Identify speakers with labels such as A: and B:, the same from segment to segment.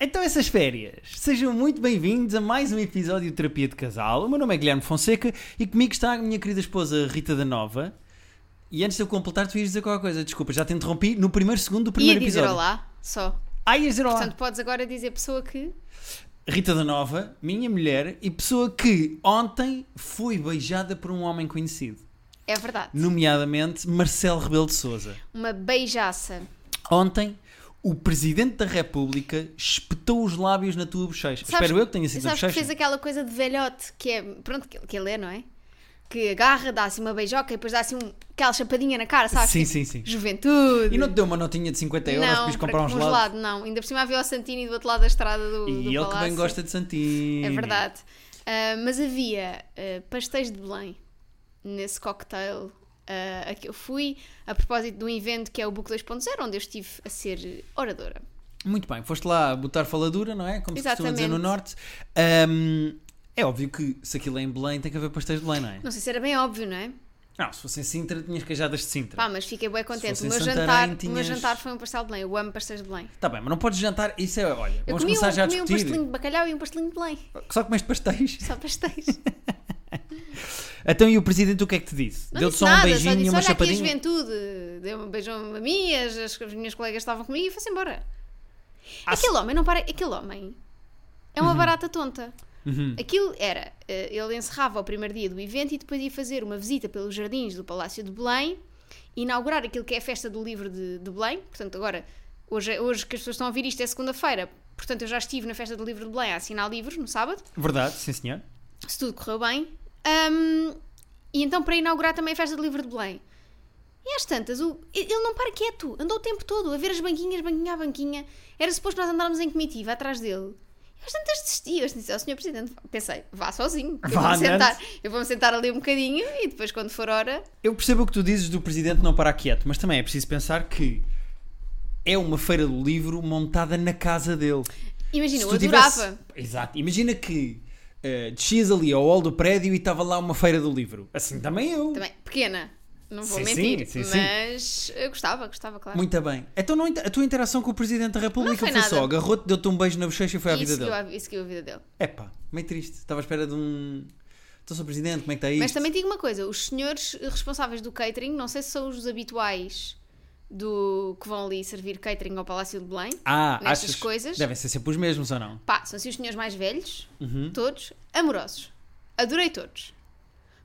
A: Então, essas férias, sejam muito bem-vindos a mais um episódio de Terapia de Casal. O meu nome é Guilherme Fonseca e comigo está a minha querida esposa Rita da Nova. E antes de eu completar, tu ias dizer qualquer coisa. Desculpa, já te interrompi no primeiro segundo do
B: Ia
A: primeiro
B: dizer
A: episódio.
B: olá, só.
A: Ah, ias dizer olá.
B: Portanto, podes agora dizer pessoa que.
A: Rita da Nova, minha mulher e pessoa que ontem foi beijada por um homem conhecido.
B: É verdade.
A: Nomeadamente Marcelo Rebelo de Souza.
B: Uma beijaça.
A: Ontem, o Presidente da República espetou os lábios na tua bochecha.
B: Sabes-
A: Espero eu que tenha sido na
B: Sabes que fez
A: bochecha.
B: aquela coisa de velhote, que é. Pronto, que, que ele é, não é? Que agarra, dá assim uma beijoca e depois dá assim um, aquela chapadinha na cara, sabes?
A: Sim,
B: Tipo,
A: sim, sim.
B: Juventude.
A: E não te deu uma notinha de 50 euros para ires
B: para
A: comprar um gelado?
B: não. Ainda por cima havia o Santini do outro lado da estrada do. do
A: E ele que
B: palácio.
A: bem gosta de Santini.
B: É verdade. Ah, mas havia ah, pastéis de Belém nesse cocktail ah, a que eu fui a propósito de um evento que é o Book 2.0, onde eu estive a ser oradora.
A: Muito bem, foste lá botar faladura, não é? Como se costuma dizer
B: Exatamente.
A: no Norte. Ahm, é óbvio que se aquilo é em Belém, tem que haver pastéis de Belém, não é?
B: Não sei se era bem óbvio, não é?
A: Não, se fosse em Sintra, tinhas queijadas de Sintra.
B: Pá, mas fiquei bem contente.
A: fosse
B: O meu,
A: em
B: jantar,
A: Santarém,
B: o meu
A: tinhas-
B: jantar foi um pastel de Belém. Eu amo pastéis de Belém.
A: Tá bem, mas não podes jantar. Isso é, olha,
B: Eu
A: vamos
B: comi,
A: começar
B: um,
A: já a
B: comi um
A: discutir.
B: pastelinho de bacalhau e um pastelinho de Belém.
A: Só comeste pastéis?
B: Só pastéis.
A: Então, e o presidente o que é que te disse?
B: Não
A: Deu-te
B: disse
A: só
B: nada,
A: um beijinho
B: só
A: e
B: disse,
A: uma
B: olha aqui a
A: chapadinha?
B: juventude. Deu um beijão a mim, as, as minhas colegas estavam comigo e foi-se embora.
A: Ah, Uhum.
B: Aquele homem, não para, aquele homem é uma barata tonta. Aquilo era, eh, ele encerrava o primeiro dia do evento e depois ia fazer uma visita pelos jardins do Palácio de Belém, inaugurar aquilo que é a festa do livro de, de Belém. Portanto, agora, hoje, é- hoje que as pessoas estão a ouvir isto é segunda-feira, portanto, eu já estive na festa do livro de Belém a assinar livros no sábado
A: Verdade, sim senhor.
B: se tudo correu bem. Ahm, e então para inaugurar também a festa do livro de Belém. E às tantas, o, ele não para quieto, andou o tempo todo a ver as banquinhas, banquinha a banquinha. Era suposto nós andarmos em comitiva atrás dele. E às tantas desisti, eu disse ao senhor Presidente, pensei, vá sozinho, que eu
A: Vá
B: vou-me
A: andando.
B: sentar, eu vou-me sentar ali um bocadinho e depois quando for hora...
A: Eu percebo o que tu dizes do presidente não parar quieto, mas também é preciso pensar que é uma feira do livro montada na casa dele.
B: Imagina, eu
A: tu
B: adorava.
A: Exato. Imagina que eh, descias ali ao hall do prédio e estava lá uma feira do livro. Assim também eu.
B: Também, pequena, não vou
A: Sim, sim,
B: mentir,
A: sim, sim.
B: mas eu gostava, gostava, claro.
A: Muito bem. Então não, inter- a tua interação com o Presidente da República
B: Não foi nada.
A: só, agarrou-te, deu-te um beijo na bochecha e foi à
B: e
A: vida
B: seguiu
A: dele.
B: a, e seguiu a vida dele.
A: Epá, meio triste. Estava à espera de um. Estou Sr. Presidente, como é que está isto?
B: Mas também digo uma coisa: os senhores responsáveis do catering, não sei se são os habituais do que vão ali servir catering ao Palácio de Belém.
A: Ah,
B: nestas
A: achas-
B: coisas-
A: Devem ser sempre os mesmos ou não?
B: Pá, são assim os senhores mais velhos,
A: Uhum.
B: todos, amorosos. Adorei todos.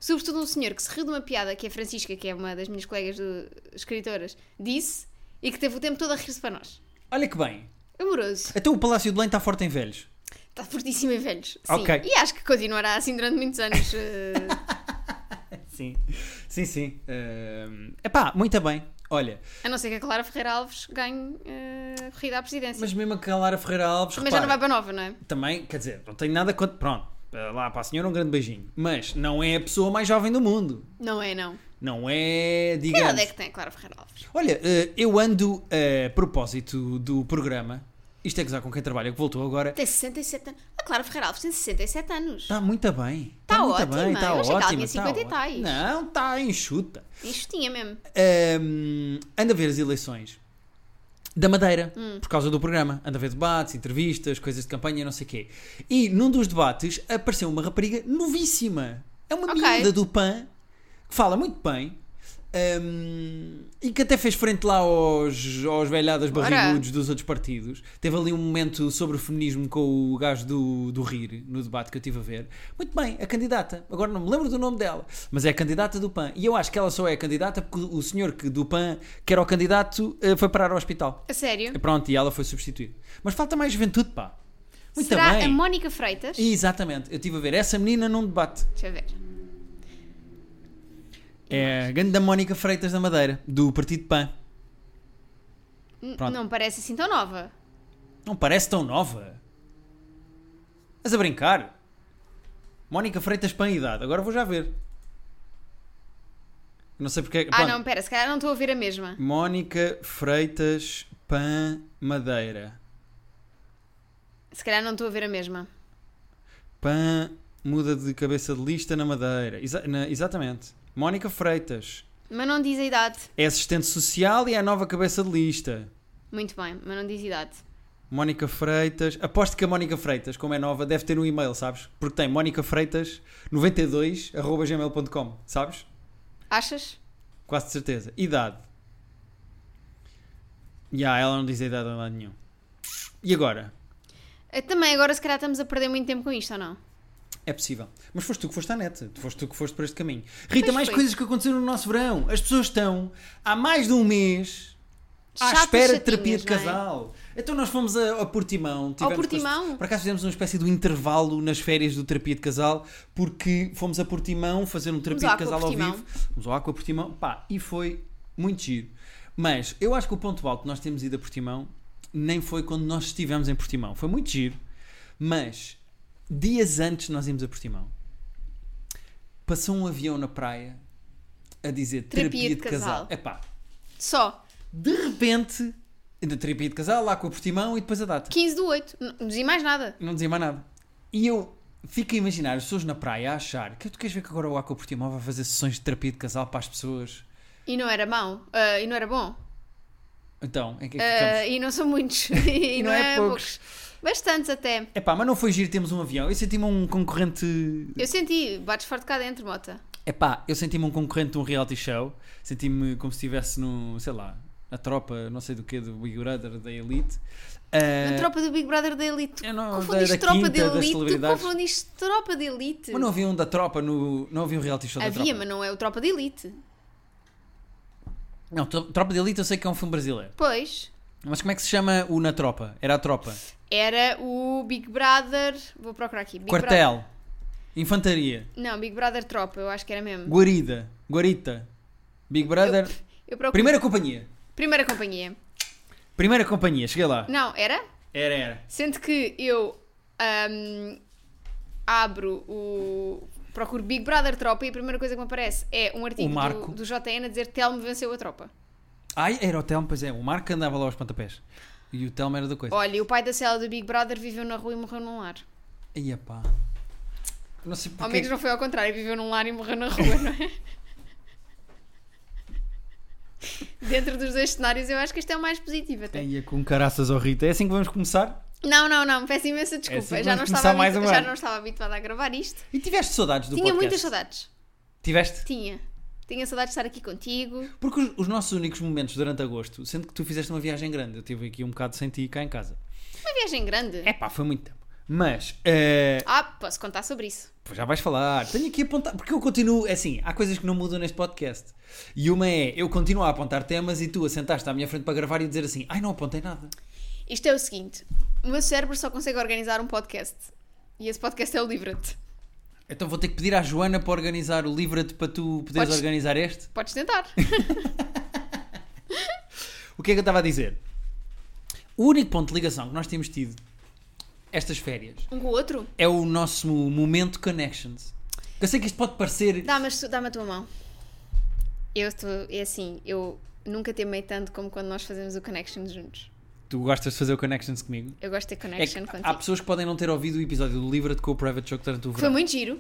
B: Sobretudo um senhor que se riu de uma piada que a Francisca, que é uma das minhas colegas do- escritoras, disse e que teve o tempo todo a rir-se para nós.
A: Olha que bem.
B: Amoroso.
A: Então o Palácio de Belém está forte em velhos.
B: Está fortíssimo em velhos. Sim.
A: Ok.
B: E acho que continuará assim durante muitos anos. eh,
A: Sim. Sim, sim. Ahm, Epá, muito bem. Olha,
B: a não ser que a Clara Ferreira Alves ganhe eh, a corrida à presidência.
A: mas mesmo a Calara Ferreira Alves.
B: Mas já não
A: repara,
B: vai para nova, não é?
A: também, quer dizer, não tenho nada contra. Pronto, eh, lá para a senhora um grande beijinho. Mas não é a pessoa mais jovem do mundo.
B: Não é, não.
A: Não é,
B: Que idade
A: digamos.
B: é que tem a Clara Ferreira Alves?
A: Olha, eh, eu ando eh, a propósito do programa. Isto é gozar com quem trabalha, que voltou agora.
B: Tem 67 anos. A Clara Ferreira Alves tem 67 anos.
A: Está muito bem.
B: Tá
A: muito
B: ótima.
A: bem, está
B: Eu achei que ela
A: ótima.
B: tinha 50 e
A: tá
B: tais.
A: ótima. Não, está enxuta.
B: Isto tinha mesmo.
A: Ahm, anda a ver as eleições da Madeira, por causa do programa. Anda a ver debates, entrevistas, coisas de campanha, não sei o quê. E num dos debates apareceu uma rapariga novíssima. É uma
B: Ok.
A: miúda do PAN que fala muito bem. ahm, e que até fez frente lá aos, aos velhadas
B: Ora.
A: barrigudos dos outros partidos. Teve ali um momento sobre o feminismo com o gajo do, do Rir, no debate que eu estive a ver. Muito bem, a candidata. Agora não me lembro do nome dela, mas é a candidata do PAN. E eu acho que ela só é a candidata porque o senhor que do PAN, que era o candidato, eh, foi parar ao hospital.
B: A sério?
A: E pronto, e ela foi substituída. Mas falta mais juventude, pá. Muito
B: Será É
A: bem.
B: a Mónica Freitas?
A: Exatamente, eu estive a ver essa menina num debate.
B: Deixa eu ver.
A: É a grande da Mónica Freitas da Madeira, do Partido PAN.
B: N-
A: Pronto.
B: Não parece assim tão nova.
A: Não parece tão nova. Mas a brincar. Mónica Freitas PAN idade. Agora vou já ver. Não sei porque.
B: Ah,
A: pronto.
B: não, pera, se calhar não estou a ouvir a mesma.
A: Mónica Freitas Pan Madeira.
B: Se calhar não estou a ouvir a mesma.
A: Pan muda de cabeça de lista na Madeira. Exa- na- exatamente. Mónica Freitas.
B: Mas não diz a idade.
A: É assistente social e é a nova cabeça de lista.
B: Muito bem, mas não diz idade.
A: Mónica Freitas. Aposto que a Mónica Freitas, como é nova, deve ter um e-mail, sabes? Porque tem monicafreitas92.gmail.com, sabes?
B: Achas?
A: Quase de certeza. Idade. Já, ela não diz a idade a lado nenhum. E agora?
B: Eh, Também agora se calhar estamos a perder muito tempo com isto, ou não?
A: É possível. Mas foste tu que foste à net. Foste tu que foste por este caminho. Rita,
B: Pois
A: mais
B: foi.
A: coisas que aconteceram no nosso verão. As pessoas estão há mais de um mês à
B: Chatas,
A: espera de
B: chatinhas,
A: terapia de
B: não é?
A: casal. Então nós fomos a, a Portimão. tivemos com as-
B: Portimão?
A: Por acaso fizemos uma espécie de um intervalo nas férias do terapia de casal porque fomos a Portimão fazer um terapia
B: ao
A: de casal
B: Aqua
A: ao
B: Portimão.
A: vivo. Fomos ao Aqua Portimão. Pá, e foi muito giro. Mas eu acho que o ponto alto que nós temos ido a Portimão nem foi quando nós estivemos em Portimão. Foi muito giro. Mas dias antes de nós irmos a Portimão, passou um avião na praia a dizer terapia, de, casal. Epá,
B: Só
A: de repente, ainda terapia de casal, lá com a Portimão e depois a data.
B: 15 de 8. N- Não dizia mais nada.
A: Não dizia mais nada. E eu fico a imaginar as pessoas na praia a achar que tu queres ver que agora o Aqua Portimão vai fazer sessões de terapia de casal para as pessoas.
B: E não era mau. ah, e não era bom.
A: Então, em que é que
B: Ah,
A: ficamos?
B: e não são muitos. e, não, é, poucos. Bastantes até.
A: Epá, mas não foi giro termos um avião. Eu senti-me um concorrente
B: Eu senti, bates forte cá dentro, Mota.
A: Epá, eu senti-me um concorrente de um reality show. Senti-me como se estivesse no, sei lá, na tropa, não sei do que, do Big Brother, da Elite. Ah,
B: Na tropa do Big Brother da Elite.
A: eu não-
B: Confundiste
A: da- da
B: tropa
A: quinta,
B: de
A: das
B: Elite. Tu
A: celebridades.
B: confundiste tropa de Elite.
A: Mas não havia um da tropa no. Não havia um reality show da
B: Havia,
A: tropa.
B: mas não é o tropa de Elite.
A: Não, Tro- Tropa de Elite eu sei que é um filme brasileiro.
B: Pois.
A: Mas como é que se chama o Na Tropa? Era a tropa.
B: Era o Big Brother. Vou procurar aqui. Big
A: Quartel. Infantaria.
B: Brother- Não, Big Brother Tropa, eu acho que era mesmo.
A: Guarida. Guarita. Big Brother.
B: Eu procuro...
A: Primeira companhia.
B: Primeira companhia.
A: Primeira companhia, cheguei lá.
B: Não, era?
A: Era, era.
B: Sendo que eu ahm, abro o. Procuro Big Brother Tropa e a primeira coisa que me aparece é um artigo
A: O Marco.
B: do, do JN a dizer Telmo venceu a tropa.
A: Ai, era o Telmo, pois é. O Marco andava lá aos pontapés. E o Telmo era da coisa.
B: Olha, e o pai da cela do Big Brother viveu na rua e morreu num lar.
A: Ia pá. Não sei
B: Ao
A: porque.
B: menos não foi ao contrário, viveu num lar e morreu na rua, não é? Dentro dos dois cenários, eu acho que este é o mais positivo até.
A: Ia com caraças ao Rita. É assim que vamos começar?
B: Não, não, não, peço imensa
A: É assim
B: desculpa.
A: que
B: já, não
A: vamos
B: estava
A: começar mais
B: habitu-
A: um
B: já
A: ano.
B: não estava habituada a gravar isto.
A: E tiveste saudades do
B: Tinha
A: podcast?
B: muitas saudades.
A: Tiveste?
B: Tinha. Tinha saudades de estar aqui contigo.
A: Porque os, os nossos únicos momentos durante agosto, sendo que tu fizeste uma viagem grande, eu tive aqui um bocado sem ti cá em casa.
B: Uma viagem grande.
A: É pá, foi muito tempo. Mas, eh,
B: Ah, posso contar sobre isso.
A: Pois Já vais falar. Tenho aqui a apontar. Porque eu continuo. é Assim, há coisas que não mudam neste podcast. E uma é eu continuo a apontar temas e tu assentaste à minha frente para gravar e dizer assim: ai, não apontei nada.
B: Isto é o seguinte: o meu cérebro só consegue organizar um podcast. E esse podcast é o Livra-te.
A: Então vou ter que pedir à Joana para organizar o livro-te para tu poderes
B: Podes-
A: organizar este.
B: Podes tentar.
A: O que é que eu estava a dizer? O único ponto de ligação que nós temos tido estas férias
B: Um com o outro?
A: é o nosso momento Connections. Eu sei que isto pode parecer.
B: Dá-me as tu- dá-me a tua mão. Eu estou. É assim, eu nunca te amei tanto como quando nós fazemos o Connection juntos.
A: Tu gostas de fazer o Connections comigo?
B: Eu gosto de ter
A: É que
B: Connection
A: há
B: contigo.
A: pessoas que podem não ter ouvido o episódio do Livra-te com o Private Joke durante o verão.
B: Foi muito giro.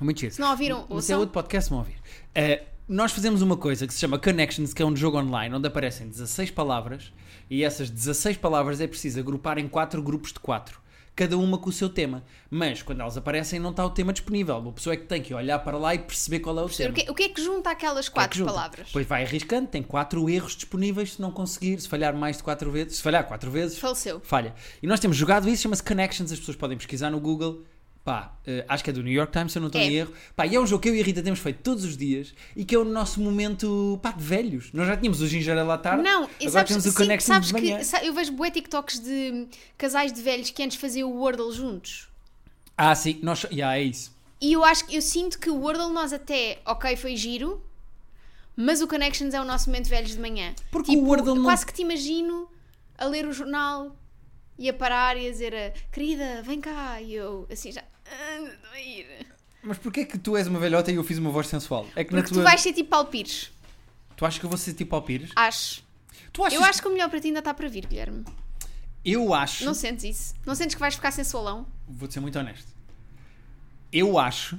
A: Muito giro.
B: Se não ouviram,
A: Mas é
B: ouçam.
A: outro podcast, vão ouvir. Eh, nós fazemos uma coisa que se chama Connections, que é um jogo online onde aparecem 16 palavras e essas 16 palavras é preciso agrupar em 4 grupos de 4, cada uma com o seu tema. Mas quando elas aparecem, não está o tema disponível. Uma pessoa é que tem que olhar para lá e perceber qual é o tema.
B: O que, o que é que junta aquelas
A: É que
B: quatro
A: junta.
B: palavras?
A: Depois vai arriscando, tem 4 erros disponíveis se não conseguir, se falhar mais de 4 vezes. Se falhar 4 vezes,
B: Faleceu.
A: Falha. E nós temos jogado isso, chama-se Connections, as pessoas podem pesquisar no Google. Pá, eh, acho que é do New York Times, se eu não estou
B: É.
A: em erro. Pá, e é um jogo que eu e a Rita temos feito todos os dias e que é o nosso momento, pá, de velhos. Nós já tínhamos o Gingerel à tarde,
B: Não, e
A: agora
B: sabes,
A: temos o
B: sim,
A: Connections
B: sabes
A: de manhã.
B: que sa- eu vejo bué TikToks de casais de velhos que antes faziam o Wordle juntos.
A: Ah, sim, nós, yeah, é isso.
B: E eu acho que eu sinto que o Wordle nós até, ok, foi giro, mas o Connections é o nosso momento velhos de manhã. Tipo,
A: Porque o Wordle não-
B: quase que te imagino a ler o jornal e a parar e a dizer a, querida, vem cá, e eu assim já. "Ah, não estou a ir."
A: Mas porquê é que tu és uma velhota e eu fiz uma voz sensual? É que na
B: Porque
A: tua...
B: tu vais ser tipo palpires.
A: Tu achas que eu vou ser tipo ao Pires?
B: Acho.
A: Tu achas...
B: Eu acho que o melhor para ti ainda está para vir, Guilherme.
A: Eu acho...
B: Não sentes isso? Não sentes que vais ficar sensualão?
A: Vou-te ser muito honesto. Eu acho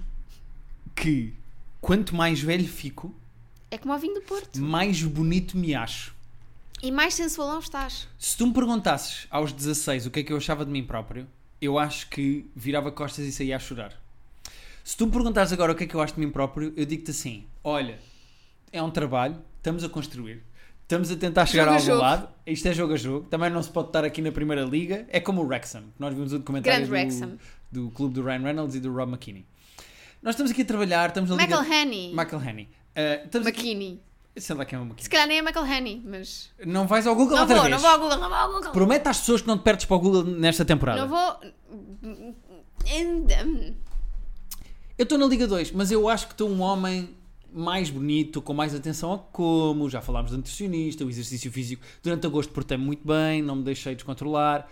A: que quanto mais velho fico,
B: É como ao vinho do Porto.
A: mais bonito me acho.
B: E mais sensualão estás.
A: Se tu me perguntasses aos 16 o que é que eu achava de mim próprio, eu acho que virava costas e saía a chorar. Se tu me perguntares agora o que é que eu acho de mim próprio, eu digo-te assim: olha, é um trabalho, estamos a construir, estamos a tentar chegar
B: Jogo
A: a
B: a
A: algum
B: jogo.
A: lado, isto é jogo a jogo, também não se pode estar aqui na primeira liga, é como o Wrexham, que nós vimos o documentário
B: Grande
A: do,
B: Wrexham.
A: do clube do Ryan Reynolds e do Rob McKinney. Nós estamos aqui a trabalhar, estamos na
B: Michael
A: liga...
B: Haney.
A: Michael Haney. Ah, estamos aqui...
B: McKinney.
A: Sei lá quem é o McKinney.
B: Se calhar nem é Michael Haney, mas.
A: Não vais ao Google
B: Não
A: outra
B: vou,
A: vez.
B: não vou ao Google, não vou ao Google.
A: Promete às pessoas que não te perdes para o Google nesta temporada.
B: Não vou. And-
A: Eu estou na Liga 2, mas eu acho que estou um homem mais bonito, com mais atenção a como, já falámos de nutricionista, o exercício físico. Durante agosto portei-me muito bem, não me deixei descontrolar.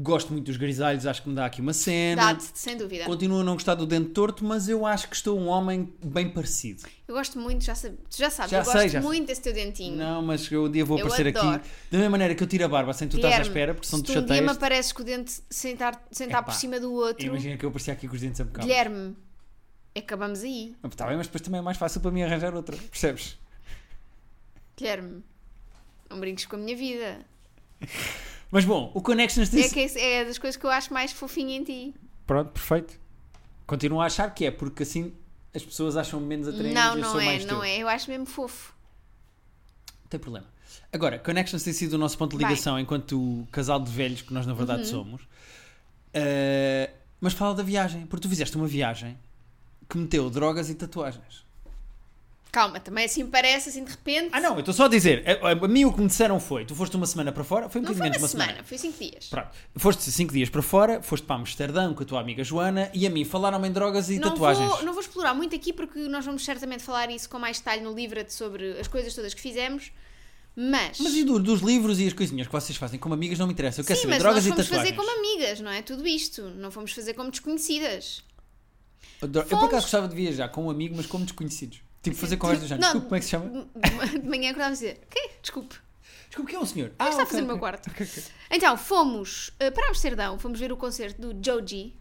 A: Gosto muito dos grisalhos, acho que me dá aqui uma cena.
B: Dá-te, sem dúvida.
A: Continuo a não gostar do dente torto, mas eu acho que estou um homem bem parecido.
B: Eu gosto muito, já sabes, tu já sabes,
A: Já
B: eu
A: sei,
B: gosto
A: já sei.
B: muito desse teu dentinho.
A: Não, mas eu um dia vou
B: Eu
A: aparecer
B: adoro.
A: aqui. Da mesma maneira que eu tiro a barba sem tu estás à
B: Guilherme,
A: espera, porque são
B: se
A: tu
B: tu um dia me
A: chateias.
B: apareces com o dente sentar, sentar
A: Epá,
B: por cima do outro,
A: Imagina que eu aparecia aqui com os dentes a bocado.
B: Guilherme, acabamos aí.
A: Está bem, mas depois também é mais fácil para mim arranjar outra, percebes?
B: Guilherme, não brinques com a minha vida.
A: Mas bom, o Connections tem
B: É, que esse- é das coisas que eu acho mais fofinha em ti.
A: Pronto, perfeito. Continuo a achar que é, porque assim as pessoas acham menos atraente.
B: não,
A: eu
B: não
A: sou
B: é,
A: mais
B: não
A: teu.
B: é. Eu acho mesmo fofo.
A: Não tem problema. Agora, Connections tem sido o nosso ponto de
B: Bem.
A: ligação enquanto casal de velhos que nós na verdade
B: Uhum.
A: somos. Ah, mas fala da viagem, porque tu fizeste uma viagem que meteu drogas e tatuagens.
B: Calma, também assim parece, assim de repente.
A: Ah, não, eu estou só a dizer. A, a- a mim o que me disseram foi: tu foste uma semana para fora, foi um
B: Não
A: bocadinho
B: foi
A: menos
B: uma,
A: uma
B: semana,
A: semana.
B: foi cinco dias.
A: Pronto, foste cinco dias para fora, foste para Amsterdão com a tua amiga Joana e a mim falaram-me em drogas e
B: não,
A: tatuagens.
B: vou, não vou explorar muito aqui porque nós vamos certamente falar isso com mais detalhe no livro sobre as coisas todas que fizemos. Mas,
A: Mas e do- dos livros e as coisinhas que vocês fazem como amigas não me interessa. Eu quero
B: sim,
A: saber
B: mas
A: drogas
B: nós
A: e
B: fomos
A: tatuagens.
B: fazer como amigas, não é? Tudo isto. Não fomos fazer como desconhecidas.
A: Adoro- Eu por acaso gostava de viajar com um amigo, mas como desconhecidos. Tipo, fazer conversas do género.
B: Não.
A: Desculpe, como é que se chama?
B: De manhã acordámos a dizer: Quê? Desculpe.
A: Desculpe, quem é o senhor?
B: Ah, está a
A: ok,
B: fazer no meu
A: ok.
B: quarto. Então, fomos eh, para Amsterdão, fomos ver o concerto do Joji.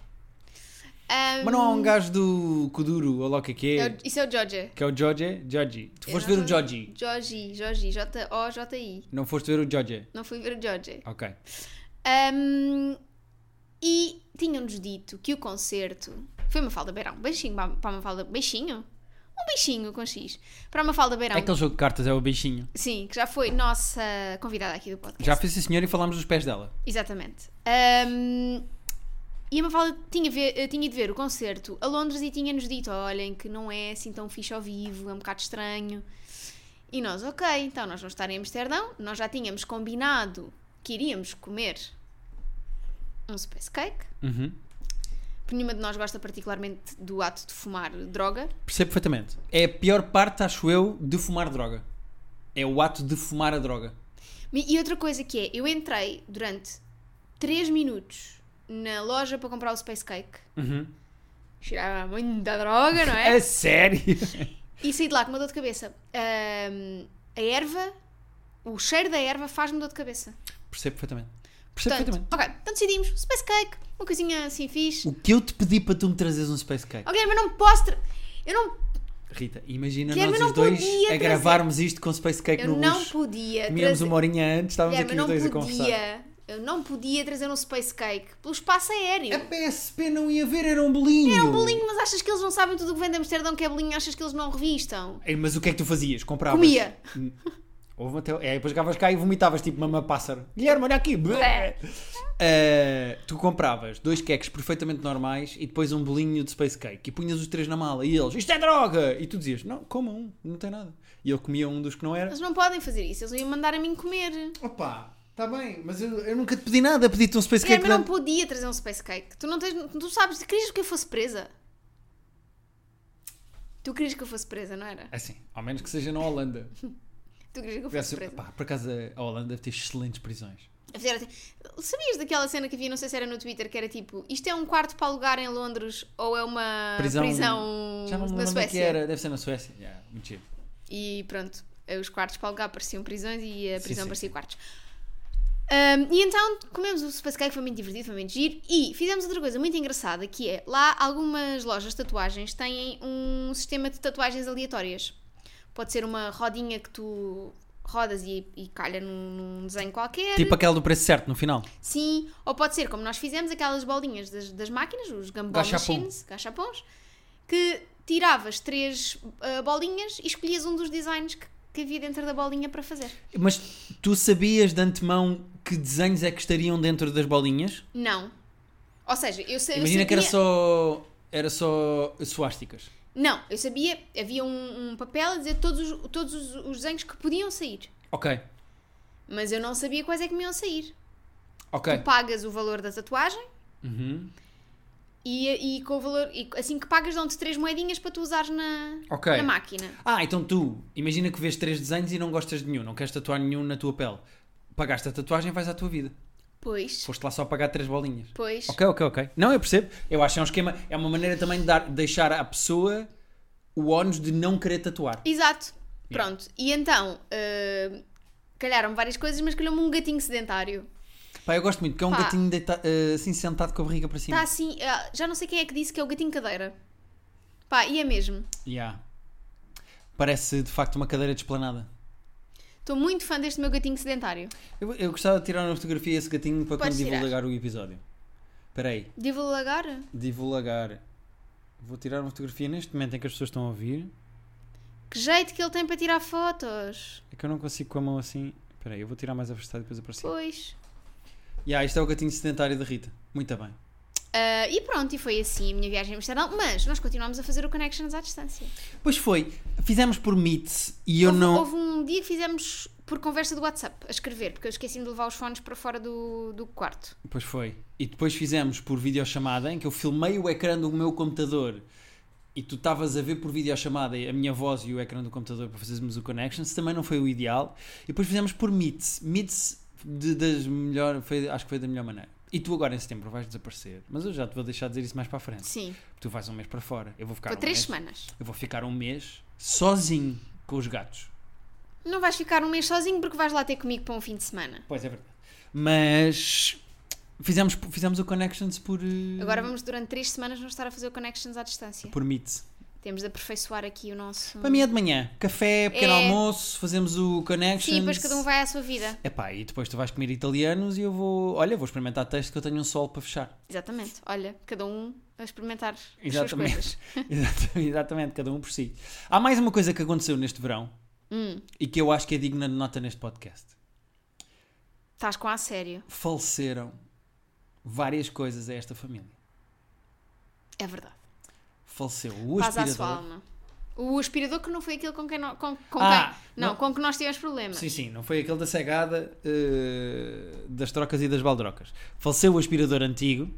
B: Ahm,
A: Mas não há um gajo do Kuduro, ou lá o que é que
B: Hum. é
A: é,
B: o- isso é o Joji.
A: que é o Jorge? Jorge. Tu
B: Eu
A: foste
B: não
A: ver o
B: sou-
A: Jorge.
B: Joji, Joji, J-O-J-I.
A: Não foste ver o Jorge.
B: Não fui ver o Joji.
A: Ok.
B: Ahm, e tinham-nos dito que o concerto foi uma falda beirão. Um Beijinho para para uma falda. Beijinho? Um beijinho com X. Para uma falda beirão.
A: É aquele jogo de cartas, é o bichinho.
B: Sim, que já foi nossa convidada aqui do podcast.
A: Já fez esse senhor e falámos dos pés dela.
B: Exatamente. Ahm, e a Mafalda tinha, ve- eh, tinha ido ver o concerto a Londres e tinha-nos dito: olhem, que não é assim tão fixe ao vivo, é um bocado estranho. E nós, ok, então nós vamos estar em Amsterdão, nós já tínhamos combinado que iríamos comer um space cake,
A: Uhum.
B: porque nenhuma de nós gosta particularmente do ato de fumar droga.
A: Percebo perfeitamente. É a pior parte, acho eu, de fumar droga. É o ato de fumar a droga.
B: E e outra coisa que é, eu entrei durante 3 minutos na loja para comprar o space cake.
A: Uhum.
B: Cheirava muita droga, não é?
A: É sério?
B: E saí de lá com uma dor de cabeça. Ahm, a erva, o cheiro da erva faz-me dor de cabeça.
A: Percebo perfeitamente. Percebo
B: Portanto,
A: perfeitamente.
B: ok, então decidimos, space cake, uma coisinha assim fixe.
A: O que eu te pedi para tu me trazeres um Space Cake?
B: Ok, mas não posso... tra- Eu não,
A: Rita, imagina
B: Guilherme,
A: nós
B: eu
A: os
B: não
A: dois
B: podia
A: a
B: trazer-
A: gravarmos isto com Space Cake
B: eu
A: no
B: não
A: luxo.
B: podia
A: Comíamos
B: trazer...
A: uma horinha antes, estávamos
B: Guilherme,
A: aqui
B: eu
A: os dois a
B: não
A: conversar.
B: podia... Eu não podia trazer um space cake pelo espaço aéreo.
A: A PSP não ia ver, era um bolinho. Era
B: Um bolinho, mas achas que eles não sabem tudo o que vem de Amsterdão que é bolinho? Achas que eles não revistam?
A: Mas o que é que tu fazias? Compravas? Hum.
B: Comia.
A: Houve até... é, depois chegavas cá e vomitavas tipo mama pássaro. Guilherme, olha aqui.
B: É.
A: Ah, tu compravas dois queques perfeitamente normais e depois um bolinho de Space Cake e punhas os três na mala e eles, isto é droga! E tu dizias, não, coma um, não tem nada. E ele comia um dos que não era.
B: Eles não podem fazer isso, eles iam mandar a mim comer.
A: Opa, está bem, mas eu, eu nunca te pedi nada, pedi-te um Space Cake.
B: Guilherme, eu não
A: de-
B: podia trazer um space cake. Tu não tens, tu sabes, querias que eu fosse presa. Tu querias que eu fosse presa, não era?
A: Assim, ao menos que seja na Holanda.
B: Tu querias que eu fosse
A: Tivesse-
B: presa.
A: pá, por acaso a Holanda deve ter excelentes prisões.
B: A fazer assim- Sabias daquela cena que havia, não sei se era no Twitter, que era tipo, isto é um quarto para alugar em Londres ou é uma prisão,
A: Já não me
B: na
A: lembro onde é
B: Suécia?
A: que era, deve ser na Suécia. Yeah, mentira.
B: E pronto, os quartos para alugar pareciam prisões e a
A: Sim,
B: prisão
A: sim,
B: parecia quartos. Ahm, e então comemos o space cake, foi muito divertido, foi muito giro. E fizemos outra coisa muito engraçada, que é, lá algumas lojas de tatuagens têm um sistema de tatuagens aleatórias. Pode ser uma rodinha que tu rodas e, e calha num, num desenho qualquer.
A: Tipo aquela do preço certo no final.
B: Sim, ou pode ser como nós fizemos aquelas bolinhas das, das máquinas, os gumball
A: Gachapon.
B: machines, gachapons, que tiravas três ah, bolinhas e escolhias um dos designs que, que havia dentro da bolinha para fazer.
A: Mas tu sabias de antemão que desenhos é que estariam dentro das bolinhas?
B: Não. Ou seja, eu, sa- eu
A: Imagina que era
B: sabia-
A: só. Era só suásticas.
B: Não, eu sabia, havia um, um papel a dizer todos, os, todos os, os desenhos que podiam sair.
A: Ok,
B: Mas eu não sabia quais é que me iam sair.
A: ok.
B: Tu pagas o valor da tatuagem
A: Uhum.
B: e, e com o valor, e assim que pagas dão-te três moedinhas para tu usares na,
A: Ok.
B: na máquina.
A: Ah, então tu, imagina que vês três desenhos e não gostas de nenhum, não queres tatuar nenhum na tua pele. Pagaste a tatuagem, vais à tua vida.
B: Pois,
A: Foste lá só pagar três bolinhas.
B: pois.
A: Ok, ok, ok. Não, eu percebo. Eu acho que é um esquema, é uma maneira também de dar, deixar à pessoa o ónus de não querer tatuar.
B: Exato. Pronto. E então, ah, calharam várias coisas, mas calhou-me um gatinho sedentário.
A: Pá, eu gosto muito, que é um
B: Pá.
A: gatinho deita- eh, assim sentado com a barriga para cima.
B: Está assim, ah, já não sei quem é que disse que é o gatinho cadeira. Pá, e é mesmo.
A: Yeah. Parece de facto uma cadeira desplanada.
B: Estou muito fã deste meu gatinho sedentário.
A: Eu, eu gostava de tirar uma fotografia a esse gatinho para
B: Podes
A: quando
B: tirar.
A: divulgar o episódio. Espera aí,
B: Devo alagar?
A: divulgar. Vou tirar uma fotografia neste momento em que as pessoas estão a ouvir.
B: Que jeito que ele tem para tirar fotos.
A: É que eu não consigo com a mão assim. Espera aí, eu vou tirar mais afastado e depois aparecer.
B: Pois.
A: Yeah, isto é o gatinho sedentário da Rita. Muito bem.
B: Ah, e pronto, e foi assim a minha viagem a Amsterdão. Mas nós continuamos a fazer o Connections à distância.
A: Pois foi, fizemos por Meet e eu
B: houve,
A: não.
B: houve um dia que fizemos por conversa do WhatsApp, a escrever, porque eu esqueci-me de levar os fones para fora do, do quarto.
A: Pois foi. E depois fizemos por videochamada, em que eu filmei o ecrã do meu computador e tu estavas a ver por videochamada a minha voz e o ecrã do computador para fazermos o Connections, também não foi o ideal. E depois fizemos por Meet. Meet de, das melhor, foi, acho que foi da melhor maneira. E tu agora em setembro vais desaparecer, mas eu já te vou deixar dizer isso mais para a frente.
B: Sim,
A: Tu vais um mês para fora. Eu vou ficar
B: por
A: um
B: três
A: mês-
B: semanas.
A: Eu vou ficar um mês sozinho com os gatos.
B: Não vais ficar um mês sozinho porque vais lá ter comigo para um fim de semana.
A: Pois é verdade. Mas fizemos, fizemos o Connections por, eh,
B: Agora vamos durante três semanas não estar a fazer o Connections à distância.
A: por Meet.
B: Temos de aperfeiçoar aqui o nosso.
A: Para mim é de manhã. Café, pequeno
B: É.
A: almoço, fazemos o connection.
B: Sim, depois cada um vai à sua vida.
A: Epá, e depois tu vais comer italianos e eu vou. Olha, vou experimentar texto que eu tenho um sol para fechar.
B: Exatamente. Olha, cada um a experimentar as suas coisas.
A: Exatamente. Exata- Exatamente, cada um por si. Há mais uma coisa que aconteceu neste verão
B: Hum,
A: e que eu acho que é digna de nota neste podcast.
B: estás com a sério.
A: Faleceram várias coisas a esta família.
B: É verdade.
A: Faleceu o
B: Paz à sua
A: aspirador.
B: alma. O aspirador que não foi aquele com quem. nó- com, com
A: Ah,
B: quem não,
A: não.
B: com que nós tivemos problemas.
A: Sim, sim, não foi aquele da cegada eh, das trocas e das baldrocas. Faleceu o aspirador antigo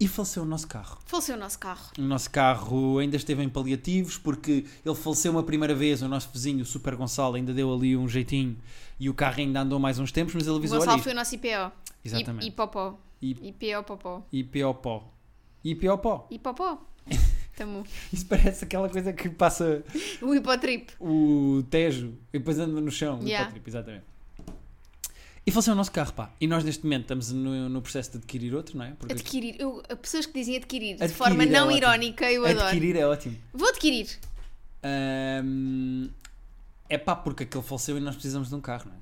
A: e faleceu o nosso carro.
B: Faleceu o nosso carro.
A: O nosso carro ainda esteve em paliativos porque ele faleceu uma primeira vez. O nosso vizinho, o Super Gonçalo, ainda deu ali um jeitinho e o carro ainda andou mais uns tempos. Mas ele
B: O
A: avisou:
B: Gonçalo
A: Olha,
B: foi
A: isto.
B: o nosso IPO.
A: Exatamente.
B: I, Ipopó.
A: I-
B: IPO Popó.
A: Ipiopó. Ipiopó.
B: Ipopó. Tamo.
A: Isso parece aquela coisa que passa
B: O Hipotrip.
A: o Tejo e depois anda no chão. o
B: Yeah.
A: hipótripo, exatamente. E faleceu o nosso carro, pá. E nós neste momento estamos no, no processo de adquirir outro, não é? Porque
B: Adquirir. Eu, pessoas que dizem adquirir, de
A: Adquirir
B: forma
A: é
B: não
A: ótimo.
B: irónica, eu adoro.
A: adquirir é ótimo.
B: Vou adquirir.
A: Ahm, é pá, porque aquele faleceu e nós precisamos de um carro, não é?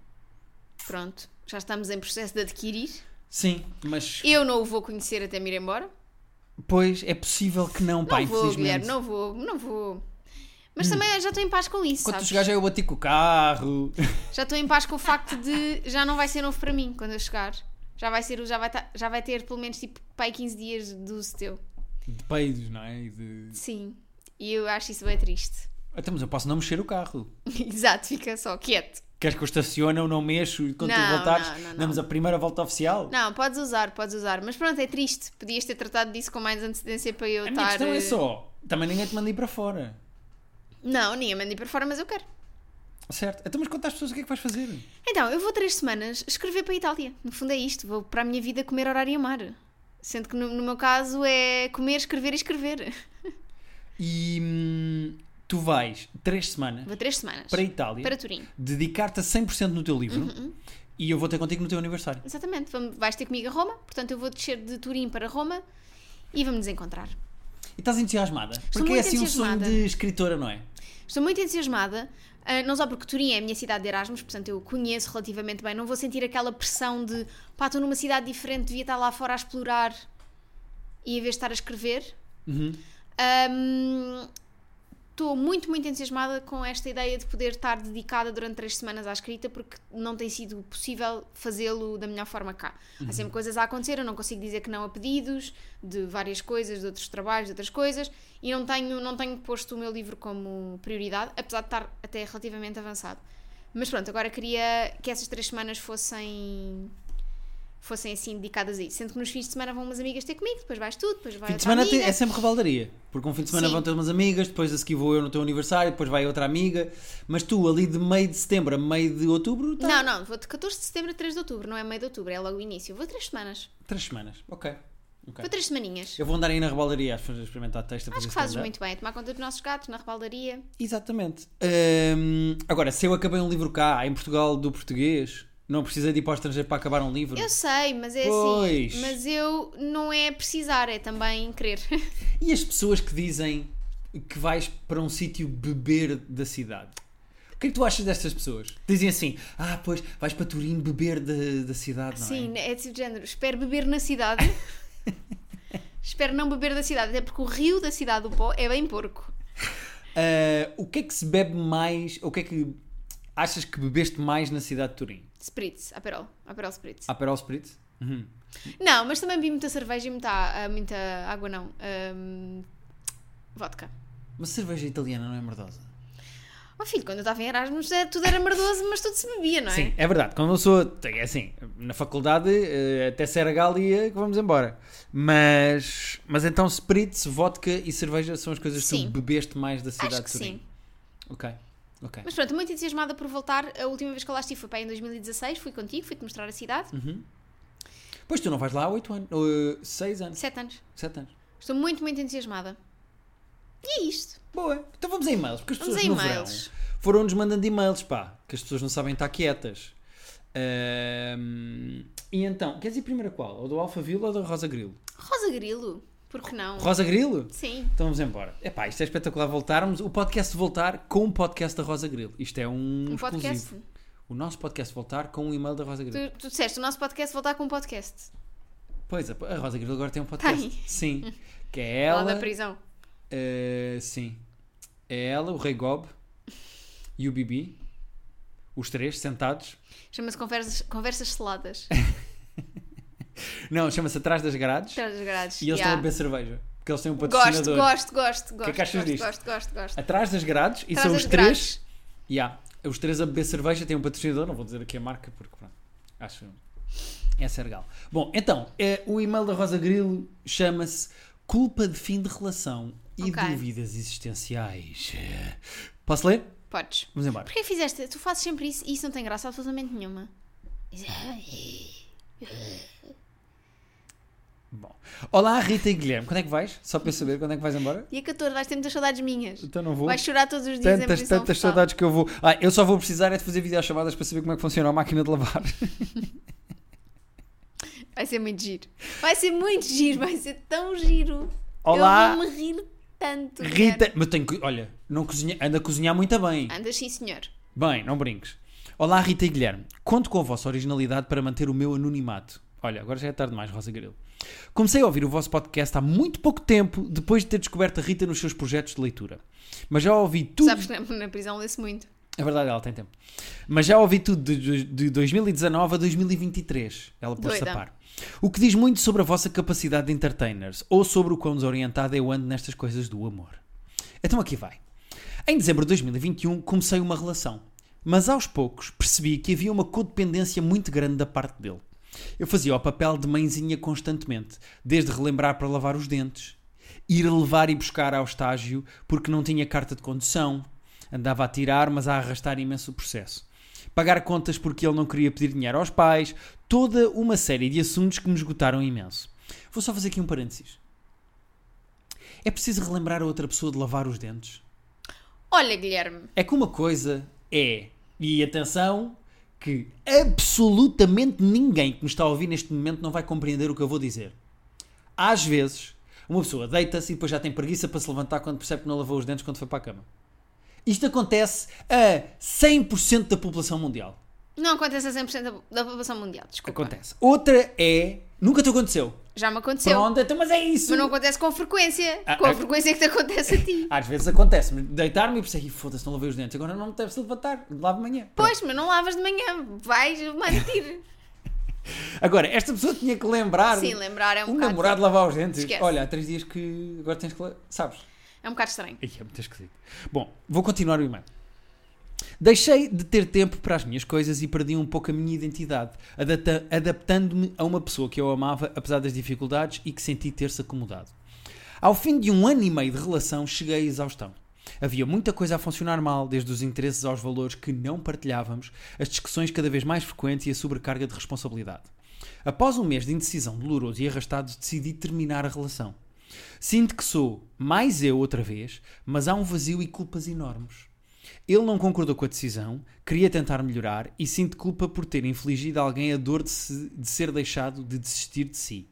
B: Pronto. Já estamos em processo de adquirir.
A: Sim, mas
B: Eu não o vou conhecer até me ir embora.
A: Pois, é possível que não, pá,
B: não vou,
A: infelizmente. Hum.
B: Guilherme, não vou, não vou. Mas também já estou em paz com isso,
A: Quando tu
B: sabes?
A: chegares, eu bati com o carro.
B: Já estou em paz com o facto de já não vai ser novo para mim quando eu chegar. Já vai ser, já vai, ta- já vai ter pelo menos tipo pai 15 dias do uso teu.
A: De peidos, não é? E De...
B: Sim. E eu acho isso bem triste.
A: Até, mas eu posso não mexer o carro.
B: Exato, fica só quieto.
A: Queres que eu estacione, eu não mexo e quando tu
B: Não,
A: voltares,
B: não, não, não.
A: damos a primeira volta oficial?
B: Não, podes usar, podes usar. Mas pronto, é triste. Podias ter tratado disso com mais antecedência para eu
A: a minha
B: estar.
A: questão é
B: eh,
A: só, também ninguém te manda ir para fora.
B: Não, ninguém manda ir para fora, mas eu quero.
A: Certo? Então, mas conta às pessoas o que é que vais fazer.
B: Então, eu vou três semanas escrever para a Itália. No fundo é isto. Vou para a minha vida comer, orar e amar. Sendo que no, no meu caso é comer, escrever e escrever.
A: E hum, tu vais três semanas
B: Vou três semanas.
A: para a Itália,
B: Para Uhum. Turim.
A: dedicar-te a 100% no teu livro e eu vou ter contigo no teu aniversário.
B: Exatamente. Vamos- vais ter comigo a Roma. Portanto, eu vou descer de Turim para Roma e vamos nos encontrar.
A: E estás entusiasmada? Porque é
B: muito
A: assim um sonho
B: entusiasmada.
A: de escritora, não é?
B: Estou muito entusiasmada, ah, não só porque Turim é a minha cidade de Erasmus, portanto eu conheço relativamente bem, não vou sentir aquela pressão de pá, estou numa cidade diferente, devia estar lá fora a explorar e em vez de estar a escrever.
A: Uhum.
B: Ahm, Estou muito, muito entusiasmada com esta ideia de poder estar dedicada durante três semanas à escrita, porque não tem sido possível fazê-lo da melhor forma cá.
A: Uhum.
B: Há sempre coisas a acontecer, eu não consigo dizer que não a pedidos de várias coisas, de outros trabalhos, de outras coisas, e não tenho, não tenho posto o meu livro como prioridade, apesar de estar até relativamente avançado. Mas pronto, agora queria que essas três semanas fossem fossem assim dedicadas a isso. Sendo que nos fins de semana vão umas amigas ter comigo, depois vais tu, depois vai
A: Fim de
B: outra
A: semana
B: amiga.
A: te- é sempre rebaldaria. Porque um fim de semana
B: Sim.
A: vão ter umas amigas, depois a seguir vou eu no teu aniversário, depois vai outra amiga. Mas tu, ali de meio de setembro a meio de outubro, tá?
B: Não, não, vou de 14 de setembro a 3 de outubro, não é meio de outubro, é logo o início. Vou três semanas.
A: Três semanas. Ok. ok.
B: Vou três semaninhas.
A: Eu vou andar aí na rebaldaria às pessoas a experimentar texto. a
B: Acho
A: fazer
B: que fazes
A: stand-up.
B: muito bem, a tomar conta dos nossos gatos na rebaldaria.
A: Exatamente. Hum, agora, se eu acabei um livro cá, em Portugal, do português, não precisei de ir para o estrangeiro para acabar um livro.
B: Eu sei, mas é
A: Pois.
B: assim. Mas eu não é precisar, é também querer.
A: E as pessoas que dizem que vais para um sítio beber da cidade? O que é que tu achas destas pessoas? Dizem assim: ah, pois, vais para Turim beber da, da cidade, não é?
B: Sim, é desse género. Espero beber na cidade. Espero não beber da cidade, até porque o rio da cidade do Pó é bem porco.
A: Ah, o que é que se bebe mais? O que é que achas que bebeste mais na cidade de Turim?
B: Spritz, Aperol, Aperol Spritz.
A: Aperol Spritz? Uhum.
B: Não, mas também vi muita cerveja e muita, ah, muita água, não. Ahm, vodka.
A: Uma cerveja italiana não é merdosa?
B: Oh filho, quando eu estava em Erasmus eh, tudo era merdoso, mas tudo se bebia, não é?
A: Sim, é verdade. Quando eu sou. É assim, na faculdade, eh, até Seragal ia que vamos embora. Mas. Mas então, spritz, vodka e cerveja são as coisas que
B: Sim.
A: tu bebeste mais da cidade
B: Acho que
A: de Turim.
B: sim.
A: Ok. Ok.
B: Mas pronto, muito entusiasmada por voltar. A última vez que eu lá estive foi para aí em 2016, fui contigo, fui-te mostrar a cidade.
A: Uhum. Pois tu não vais lá há 8 anos. 6 anos.
B: Sete anos.
A: 7 anos.
B: Estou muito, muito entusiasmada. E é isto.
A: Boa. Então vamos a e-mails, porque as
B: Vamos
A: pessoas
B: a
A: no
B: e-mails.
A: verão foram-nos mandando e-mails, pá, que as pessoas não sabem estar quietas. Ahm, e então, queres ir primeiro a qual? Ou do Alphaville ou do Rosa Grilo?
B: Rosa Grilo, por que não?
A: Rosa Grilo?
B: Sim.
A: Então vamos embora. Epá, isto é espetacular voltarmos. O podcast voltar com o podcast da Rosa Grilo. Isto é um,
B: Um
A: exclusivo.
B: podcast?
A: O nosso podcast voltar com o e-mail da Rosa Grilo.
B: Tu, tu disseste, o nosso podcast voltar com um podcast.
A: Pois, a a Rosa Grilo agora tem um podcast.
B: Tem.
A: Sim. Que é
B: Ela...
A: ela.
B: Lá da prisão.
A: eh, sim. É ela, o Rei Gob e o Bibi. Os três sentados.
B: Chama-se conversas, conversas Seladas.
A: Não, chama-se Atrás das Grades.
B: Atrás das grades.
A: E eles estão a
B: Yeah.
A: beber cerveja. Porque eles têm um
B: Gosto,
A: patrocinador.
B: gosto, gosto, gosto.
A: que é que achas
B: gosto,
A: disto?
B: gosto, gosto, gosto.
A: Atrás das Grades. E
B: Atrás
A: são
B: das
A: os três.
B: grades.
A: Yeah. Os três a beber cerveja têm um patrocinador, não vou dizer aqui a marca porque pronto, acho é Sergal. Bom, então, eh, o e-mail da Rosa Grilo chama-se Culpa de Fim de Relação e
B: Ok.
A: Dúvidas Existenciais. Posso ler?
B: Podes.
A: Vamos embora.
B: Porquê fizeste? Tu fazes sempre isso e isso não tem graça absolutamente nenhuma. é,
A: Bom. Olá, Rita e Guilherme, quando é que vais? Só para eu saber quando é que vais embora?
B: Dia 14, vais ter muitas saudades minhas.
A: Então não vou.
B: Vais chorar todos os dias em
A: Tantas,
B: prisão
A: tantas
B: fetal.
A: saudades que eu vou. Ah, eu só vou precisar é de fazer videochamadas para saber como é que funciona a máquina de lavar.
B: Vai ser muito giro. Vai ser muito giro, vai ser tão giro.
A: Olá.
B: Eu vou me rir tanto. Guilherme.
A: Rita, mas tenho que. Olha, não cozinha... anda a cozinhar muito bem.
B: Andas sim, senhor.
A: Bem, não brinques. Olá, Rita e Guilherme. Conto com a vossa originalidade para manter o meu anonimato. Olha, agora já é tarde demais, Rosa Grilo. Comecei a ouvir o vosso podcast há muito pouco tempo, depois de ter descoberto a Rita nos seus projetos de leitura. Mas já ouvi tudo.
B: Sabes que na, na prisão lê-se muito.
A: É verdade, ela tem tempo. Mas já ouvi tudo de, de- de 2019 a 2023. Ela pôs
B: Doida.
A: a par. O que diz muito sobre a vossa capacidade de entertainers ou sobre o quão desorientada eu ando nestas coisas do amor. Então aqui vai. Em dezembro de 2021 comecei uma relação, mas aos poucos percebi que havia uma codependência muito grande da parte dele. Eu fazia o papel de mãezinha constantemente, desde relembrar para lavar os dentes, ir levar e buscar ao estágio porque não tinha carta de condução, andava a tirar, mas a arrastar imenso o processo. Pagar contas porque ele não queria pedir dinheiro aos pais, toda uma série de assuntos que me esgotaram imenso. Vou só fazer aqui um parênteses. É preciso relembrar a outra pessoa de lavar os dentes?
B: Olha, Guilherme.
A: É que uma coisa é, e atenção, que absolutamente ninguém que me está a ouvir neste momento não vai compreender o que eu vou dizer. Às vezes, uma pessoa deita-se e depois já tem preguiça para se levantar quando percebe que não lavou os dentes quando foi para a cama. Isto acontece a 100% da população mundial.
B: Não acontece a 100% da, da população mundial, desculpa.
A: Acontece. Outra é. Nunca te aconteceu.
B: Já me aconteceu.
A: Pronto, então, mas é isso.
B: Mas não acontece com frequência.
A: Ah,
B: com a
A: ah.
B: frequência que te acontece a ti.
A: Às vezes acontece. Deitar-me e pensei, "Ih, foda-se, não lavei os dentes. Agora não me deve-se levantar. Lá de manhã.
B: Pois, mas não lavas de manhã. Vais manter.
A: Agora, esta pessoa tinha que lembrar.
B: Sim, lembrar é um
A: um
B: bocado-
A: namorado lavar os dentes.
B: Esquece.
A: Olha, há três dias que agora tens que. la- Sabes?
B: É um bocado estranho.
A: Ai, é muito esquisito. Bom, vou continuar o e-mail. Deixei de ter tempo para as minhas coisas e perdi um pouco a minha identidade, adapta- adaptando-me a uma pessoa que eu amava apesar das dificuldades e que senti ter-se acomodado. Ao fim de um ano e meio de relação, cheguei à exaustão. Havia muita coisa a funcionar mal, desde os interesses aos valores que não partilhávamos, as discussões cada vez mais frequentes e a sobrecarga de responsabilidade. Após um mês de indecisão doloroso e arrastado, decidi terminar a relação. Sinto que sou mais eu outra vez, mas há um vazio e culpas enormes. Ele não concordou com a decisão, queria tentar melhorar e sinto culpa por ter infligido a alguém a dor de, se- de ser deixado de desistir de si.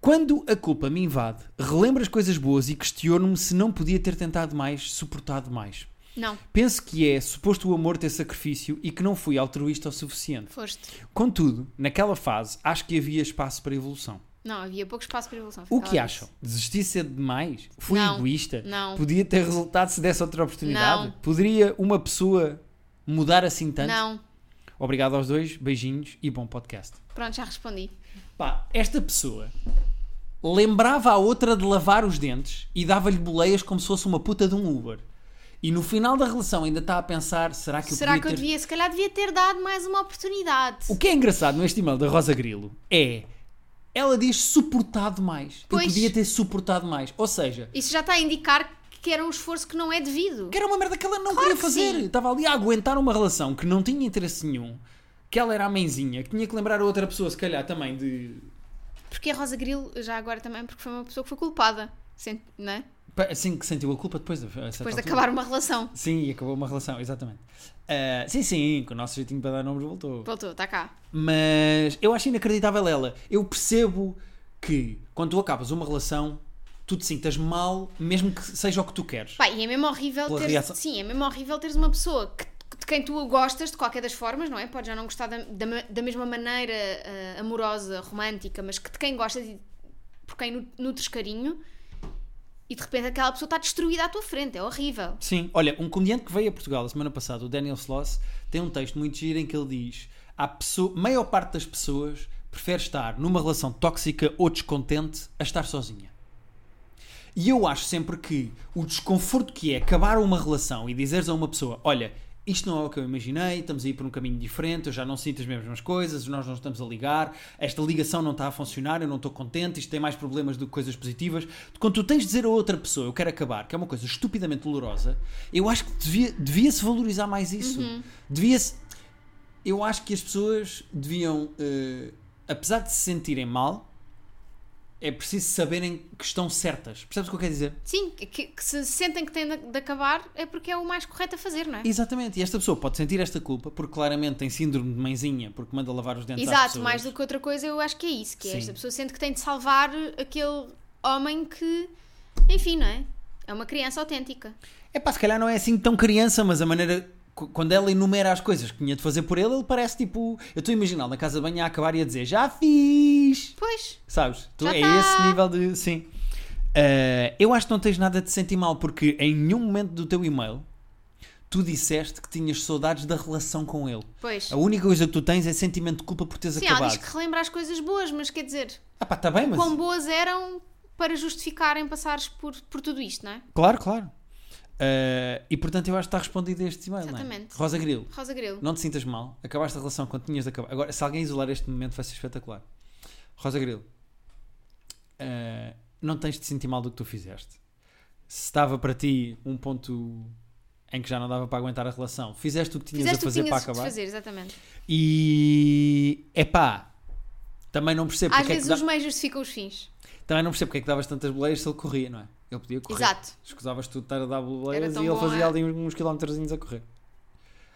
A: Quando a culpa me invade, relembro as coisas boas e questiono-me se não podia ter tentado mais, suportado mais.
B: Não,
A: Penso que é suposto o amor ter sacrifício e que não fui altruísta o suficiente.
B: foste.
A: Contudo, naquela fase, acho que havia espaço para evolução.
B: Não, havia pouco espaço para evolução. foi
A: O
B: ela
A: que
B: disse.
A: acham? Desisti cedo demais? Fui
B: Não.
A: egoísta?
B: Não.
A: Podia ter resultado se desse outra oportunidade?
B: Não.
A: Poderia uma pessoa mudar assim tanto?
B: Não.
A: Obrigado aos dois, beijinhos e bom podcast.
B: Pronto, já respondi.
A: Pá, esta pessoa lembrava a outra de lavar os dentes e dava-lhe boleias como se fosse uma puta de um Uber. E no final da relação ainda está a pensar, será que eu
B: Será
A: podia
B: que eu
A: ter...
B: devia? Se calhar devia ter dado mais uma oportunidade.
A: O que é engraçado neste e-mail da Rosa Grilo é... Ela diz suportado mais.
B: Pois.
A: Eu podia ter suportado mais. Ou seja,
B: Isso já está a indicar que era um esforço que não é devido.
A: Que era uma merda que ela não queria
B: que
A: fazer.
B: sim.
A: Estava ali a aguentar uma relação que não tinha interesse nenhum, que ela era a mãezinha, que tinha que lembrar a outra pessoa, se calhar, também de.
B: Porque a Rosa Grilo, já agora também, porque foi uma pessoa que foi culpada. Sente- não é?
A: Pa- Assim que sentiu a culpa depois da.
B: Depois de acabar uma relação.
A: Sim, e acabou uma relação, exatamente. Ah, sim, sim, com o nosso jeitinho para dar nomes voltou.
B: Voltou, está cá.
A: Mas eu acho inacreditável ela. Eu percebo que quando tu acabas uma relação, tu te sintas mal, mesmo que seja o que tu queres.
B: Pá, e é mesmo horrível
A: Pela
B: teres.
A: reação.
B: Sim, é mesmo horrível teres uma pessoa que- de quem tu gostas de qualquer das formas, não é? Podes já não gostar da, da, me- da mesma maneira ah, amorosa, romântica, mas que de quem gostas e por quem nu- nutres carinho, e de repente aquela pessoa está destruída à tua frente. É horrível.
A: Sim, olha, um comediante que veio a Portugal a semana passada, o Daniel Sloss, tem um texto muito giro em que ele diz: a pessoa, maior parte das pessoas prefere estar numa relação tóxica ou descontente a estar sozinha. E eu acho sempre que o desconforto que é acabar uma relação e dizeres a uma pessoa: olha, isto não é o que eu imaginei, estamos a ir por um caminho diferente, eu já não sinto as mesmas coisas, nós não estamos a ligar, esta ligação não está a funcionar, eu não estou contente, isto tem mais problemas do que coisas positivas. Quando tu tens de dizer a outra pessoa: eu quero acabar, que é uma coisa estupidamente dolorosa, eu acho que devia- devia-se valorizar mais isso. Devia-se. Eu acho que as pessoas deviam, eh, apesar de se sentirem mal, é preciso saberem que estão certas. Percebes o que eu quero dizer?
B: Sim, que, que se sentem que têm de, de acabar é porque é o mais correto a fazer, não é?
A: Exatamente, e esta pessoa pode sentir esta culpa porque claramente tem síndrome de mãezinha, porque manda lavar os dentes às
B: Exato,
A: pessoas.
B: mais do que outra coisa, eu acho que é isso, que é
A: Sim.
B: esta pessoa sente que tem de salvar aquele homem que, enfim, não é? É uma criança autêntica.
A: É pá, se calhar não é assim tão criança, mas a maneira. qu- Quando ela enumera as coisas que tinha de fazer por ele, ele parece tipo. Eu estou a imaginar na casa de banho a acabar e a dizer já fiz!
B: Pois,
A: Sabes? Tu,
B: Já
A: é
B: tá.
A: esse nível de. Sim. Ah, eu acho que não tens nada de sentir mal, porque em nenhum momento do teu e-mail tu disseste que tinhas saudades da relação com ele.
B: pois.
A: A única coisa que tu tens é sentimento de culpa por teres
B: Sim, ela
A: acabado.
B: diz que relembra as coisas boas, mas quer dizer,
A: Ah pá, está bem, mas...
B: quão boas eram para justificarem passares por, por tudo isto, não é?
A: Claro, claro. Ah, e portanto eu acho que está respondido este e-mail, não é?
B: Exatamente.
A: Rosa Grilo,
B: Rosa Grilo.
A: não te sintas mal. Acabaste a relação quando tinhas de acabar. Agora, se alguém isolar este momento vai ser espetacular. Rosa Grilo, ah, não tens de sentir mal do que tu fizeste. Se estava para ti um ponto em que já não dava para aguentar a relação, fizeste o que tinhas
B: Fizeste
A: a
B: o que
A: fazer
B: tinhas
A: para
B: de
A: acabar.
B: fazer, exatamente.
A: E é pá, também não percebo
B: Às
A: porque é que
B: vezes
A: dá-
B: os meios justificam os fins.
A: Também não percebo porque é que davas tantas boleias se ele corria, não é? Ele podia correr.
B: Exato.
A: Escusavas tu de estar a dar
B: Era
A: boleias e
B: tão
A: ele
B: bom,
A: fazia
B: é?
A: ali uns quilómetrozinhos a correr.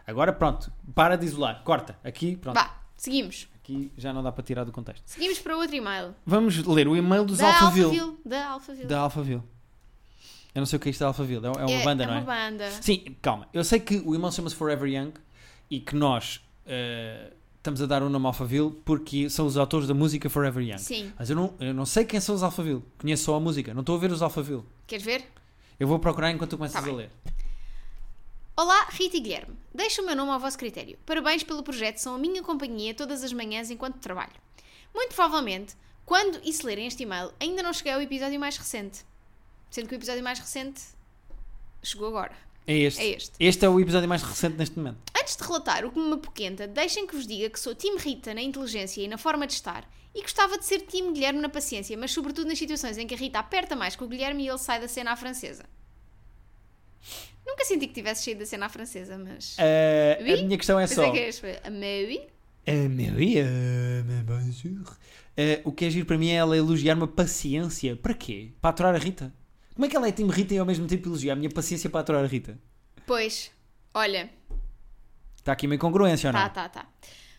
A: Agora pronto, para de isolar, corta. Aqui, pronto.
B: Vá, seguimos.
A: Aqui já não dá para tirar do contexto.
B: Seguimos para outro e-mail.
A: Vamos ler o e-mail dos
B: da
A: Alphaville.
B: Da Alphaville.
A: Da Alphaville. Eu não sei o que é isto da Alphaville. É, é uma
B: é,
A: banda,
B: é
A: não é?
B: uma banda.
A: Sim, calma. Eu sei que o irmão chama-se Forever Young e que nós eh, estamos a dar o nome Alphaville porque são os autores da música Forever Young.
B: Sim.
A: Mas eu não, eu não sei quem são os Alphaville. Conheço só a música. Não estou a ver os Alphaville.
B: Queres ver?
A: Eu vou procurar enquanto tu começas
B: Tá bem.
A: a ler.
B: Olá, Rita e Guilherme. Deixo o meu nome ao vosso critério. Parabéns pelo projeto, são a minha companhia todas as manhãs enquanto trabalho. Muito provavelmente, quando e se lerem este e-mail, ainda não cheguei ao episódio mais recente. Sendo que o episódio mais recente chegou agora.
A: É este.
B: É este.
A: Este é o episódio mais recente neste momento.
B: Antes de relatar o que me apoquenta, deixem que vos diga que sou Tim Rita na inteligência e na forma de estar e gostava de ser Tim Guilherme na paciência, mas sobretudo nas situações em que a Rita aperta mais que o Guilherme e ele sai da cena à francesa. Nunca senti que tivesse saído da cena à francesa, mas.
A: Eh,
B: Oui?
A: a minha questão é
B: Mas
A: só.
B: é que és a Mary?
A: Ah, meu, e, ah, mas bonjour. Ah, o que é giro para mim é ela elogiar-me a paciência. Para quê? Para aturar a Rita? Como é que ela é time Rita e ao mesmo tempo elogia a minha paciência para aturar a Rita?
B: Pois, olha,
A: Está aqui uma incongruência ou não? é
B: tá, tá, tá.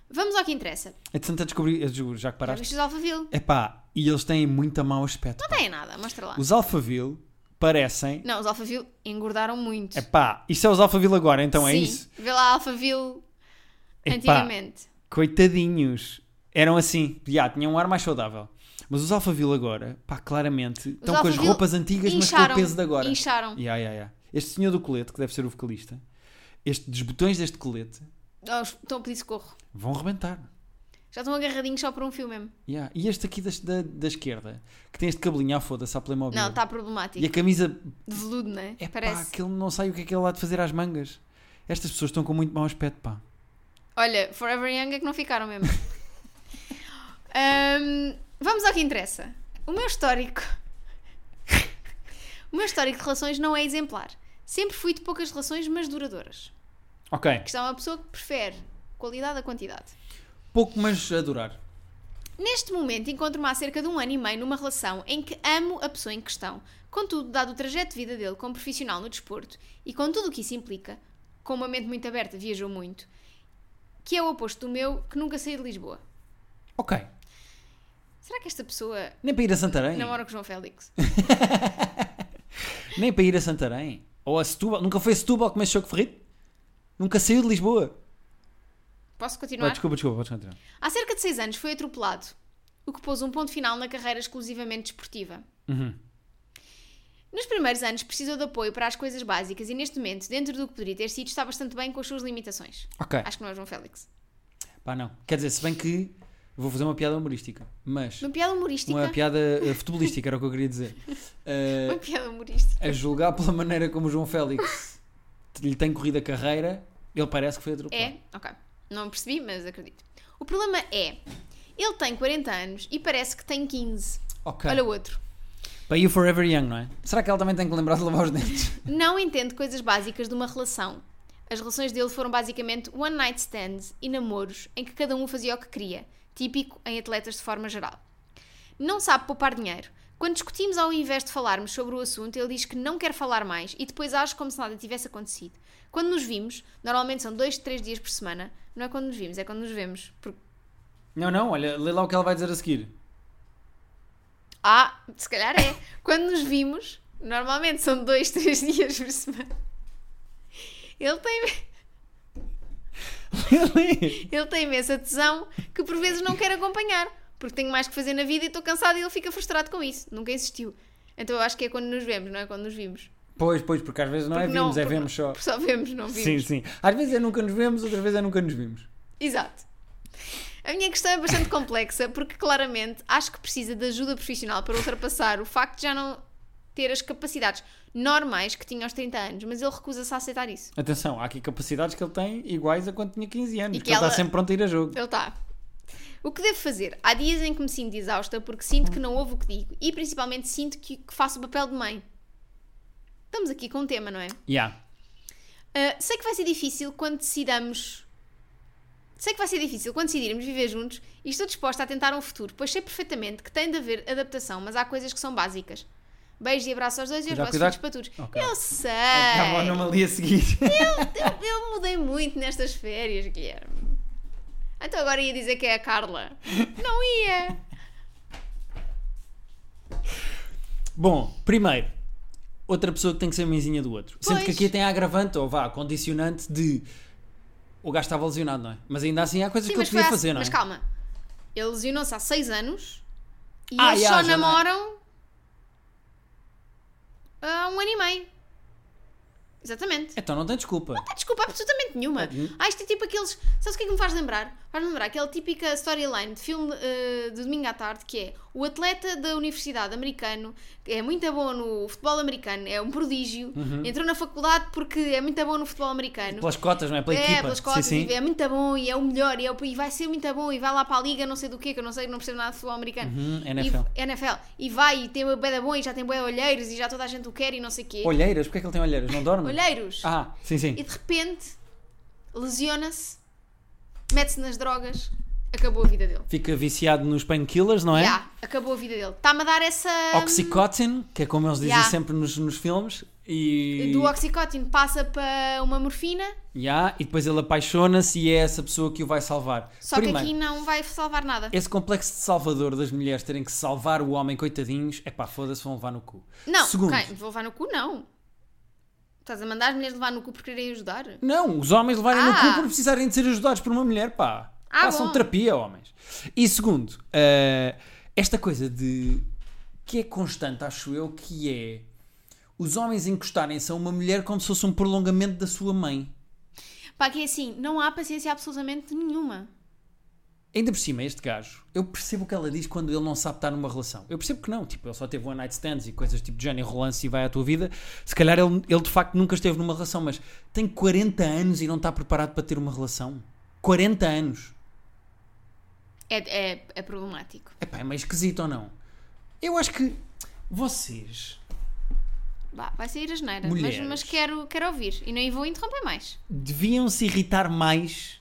B: Vamos ao que interessa.
A: Entretanto, a descobrir, eu juro, já que
B: Já
A: paraste.
B: viste os Alphaville?
A: Epá, e eles têm muito mau aspecto.
B: Não tem nada, mostra lá.
A: Os Alphaville parecem.
B: Não, os Alphaville engordaram muito.
A: Epá, isto é os Alphaville agora, então é
B: Sim,
A: isso?
B: vê lá Alphaville
A: Epá,
B: antigamente.
A: Coitadinhos. Eram assim, já, tinham um ar mais saudável. Mas os Alphaville agora, pá, claramente,
B: Os
A: estão com as
B: Alphaville
A: roupas antigas, mas com o
B: incharam,
A: peso de agora.
B: Incharam.
A: Ya, ya, ya. Este senhor do colete, que deve ser o vocalista, este, dos botões deste colete
B: Oh, estão a pedir socorro.
A: vão rebentar.
B: Já estão agarradinhos só por um fio mesmo.
A: Ya. E este aqui das- da, da esquerda, que tem este cabelinho à foda-se à Playmobil.
B: Não, está
A: E é a
B: problemático.
A: camisa,
B: De veludo, não é?
A: é pá,
B: Parece.
A: aquele não sabe o que é que ele há de fazer às mangas. Estas pessoas estão com muito mau aspecto, pá.
B: Olha, Forever Young é que não ficaram mesmo. Ahm, vamos ao que interessa. O meu histórico. o meu histórico de relações não é exemplar. Sempre fui de poucas relações, mas duradouras.
A: Ok.
B: Que são uma pessoa que prefere qualidade à quantidade.
A: Pouco, mas a durar.
B: Neste momento encontro-me há cerca de um ano e meio numa relação em que amo a pessoa em questão. Contudo, dado o trajeto de vida dele como profissional no desporto e com tudo o que isso implica, com uma mente muito aberta, viajou muito, que é o oposto do meu, que nunca saí de Lisboa.
A: Ok.
B: Será que esta pessoa
A: Nem para ir a Santarém.
B: namora com João Félix?
A: Nem para ir a Santarém. Ou a Setúbal. Nunca foi a Setúbal que mais choque ferrido? Nunca saiu de Lisboa.
B: Posso
A: Ah,
B: continuar?
A: desculpa, desculpa, podes continuar.
B: Há cerca de 6 anos foi atropelado, o que pôs um ponto final na carreira exclusivamente desportiva.
A: Uhum.
B: Nos primeiros anos precisou de apoio para as coisas básicas e neste momento, dentro do que poderia ter sido, está bastante bem com as suas limitações.
A: Ok.
B: Acho que não é João Félix.
A: Pá, não. Quer dizer, se bem que vou fazer uma piada humorística, mas é
B: Uma piada humorística.
A: uma piada eh, futebolística era o que eu queria dizer. Eh,
B: Uma piada humorística.
A: a julgar pela maneira como o João Félix te- lhe tem corrido a carreira, ele parece que foi atropelado.
B: É? Ok. Não percebi, mas acredito. O problema é, ele tem 40 anos e parece que tem 15.
A: Ok.
B: Olha o outro.
A: Para ir Forever Young, não é? Será que ele também tem que lembrar de lavar os dentes?
B: Não entende coisas básicas de uma relação. As relações dele foram basicamente one night stands e namoros em que cada um fazia o que queria, típico em atletas de forma geral. Não sabe poupar dinheiro. Quando discutimos ao invés de falarmos sobre o assunto, ele diz que não quer falar mais e depois age como se nada tivesse acontecido. Quando nos vimos, normalmente são dois, três dias por semana, não é quando nos vimos, é quando nos vemos. Porque,
A: Não, não, olha, lê lá o que ela vai dizer a seguir.
B: ah, se calhar é. Quando nos vimos, normalmente são dois, três dias por semana. Ele tem.
A: Lê.
B: Ele tem imensa tesão que por vezes não quer acompanhar, porque tenho mais que fazer na vida e estou cansado e ele fica frustrado com isso. Nunca insistiu. Então eu acho que é quando nos vemos, não é quando nos vimos.
A: pois, pois, porque às vezes não é
B: Porque
A: vimos, é
B: porque
A: vemos só.
B: porque Só vemos, não vimos.
A: Sim, sim. Às vezes é nunca nos vemos, outras vezes é nunca nos vimos.
B: Exato. A minha questão é bastante complexa porque claramente acho que precisa de ajuda profissional para ultrapassar o facto de já não ter as capacidades normais que tinha aos 30 anos, mas ele recusa-se a aceitar isso.
A: Atenção, há aqui capacidades que ele tem iguais a quando tinha 15 anos,
B: E
A: que,
B: que
A: ele
B: ela-
A: está sempre pronto a ir a jogo.
B: Ele está. Então tá. O que devo fazer? Há dias em que me sinto exausta porque sinto que não ouvo o que digo e principalmente sinto que, que faço o papel de mãe. Estamos aqui com um tema, não é?
A: Yeah.
B: Ah, sei que vai ser difícil quando decidamos. Sei que vai ser difícil quando decidirmos viver juntos e estou disposta a tentar um futuro, pois sei perfeitamente que tem de haver adaptação, mas há coisas que são básicas. Beijo e abraço aos dois e aos
A: Cuidado,
B: vossos
A: cuidado.
B: filhos para todos.
A: Ok.
B: Eu sei!
A: Estava numa ali a seguir.
B: Eu, eu mudei muito nestas férias, Guilherme. Então agora ia dizer que é a Carla. Não
A: é
B: ia.
A: Bom, primeiro, outra pessoa que tem que ser mãezinha do outro. Sendo que
B: Pois.
A: aqui tem a agravante, ou vá, condicionante de o gajo estava lesionado, não é? Mas ainda assim há coisas
B: Sim,
A: que ele
B: mas, foi
A: podia
B: há-
A: fazer, não é?
B: mas calma. Ele lesionou-se há 6 anos e
A: Ah,
B: eles
A: já,
B: só
A: já não é.
B: namoram há um ano e meio. Exatamente.
A: Então não tem desculpa.
B: Ah, Desculpa, absolutamente nenhuma. Ah, isto é tipo aqueles. Sabes o que é que me faz lembrar? Faz lembrar aquela típica storyline de filme eh, de domingo à tarde que é o atleta da universidade americano que é muito bom no futebol americano, é um prodígio,
A: Uhum.
B: entrou na faculdade porque é muito bom no futebol americano.
A: Pelas cotas, não é? Pela
B: é,
A: equipa.
B: pelas cotas,
A: sim,
B: e
A: sim.
B: é muito bom e é o melhor e, é o, e vai ser muito bom e vai lá para a liga, não sei do quê, que eu não sei, não percebo nada de futebol americano.
A: Hum, NFL.
B: E, NFL. E vai e tem o bué da bom e já tem bué olheiros e já toda a gente o quer e não sei o quê.
A: Olheiras? Porquê é que ele tem olheiras? Não dorme?
B: Olheiros.
A: Ah, sim, sim.
B: E de repente lesiona-se, mete-se nas drogas, acabou a vida dele.
A: Fica viciado nos painkillers, não é?
B: Já, acabou a vida dele. Está-me a dar essa.
A: Oxycontin, que é como eles dizem
B: Hum, Yeah.
A: sempre nos, nos filmes. E...
B: Do oxicótino passa para uma morfina,
A: Yeah, e depois ele apaixona-se e é essa pessoa que o vai salvar.
B: só
A: Primeiro, É
B: que aqui não vai salvar nada.
A: esse complexo de salvador das mulheres terem que salvar o homem, coitadinhos, é pá, foda-se, vão levar no cu.
B: Não,
A: Segundo,
B: quem? Vou levar no cu, não. Estás a mandar as mulheres levar no cu por quererem ajudar?
A: Não, os homens levarem no
B: Ah.
A: cu por precisarem de ser ajudados por uma mulher, pá.
B: Ah,
A: Façam
B: bom.
A: terapia, homens. E segundo, eh, esta coisa de. que é constante, acho eu, que é. os homens encostarem-se a uma mulher como se fosse um prolongamento da sua mãe.
B: Pá, que é assim, não há paciência absolutamente nenhuma.
A: Ainda por cima, este gajo, eu percebo o que ela diz quando ele não sabe estar numa relação. Eu percebo que não, tipo, ele só teve one night stands e coisas tipo Johnny Rolance e vai à tua vida. Se calhar ele, ele de facto nunca esteve numa relação, mas tem 40 anos e não está preparado para ter uma relação. 40 anos.
B: É, é, é problemático.
A: Epá, é meio esquisito ou não? Eu acho que vocês
B: Vá, vai sair a geneira, mas,
A: Mulheres.
B: mas quero, quero ouvir e nem vou interromper mais.
A: deviam se irritar mais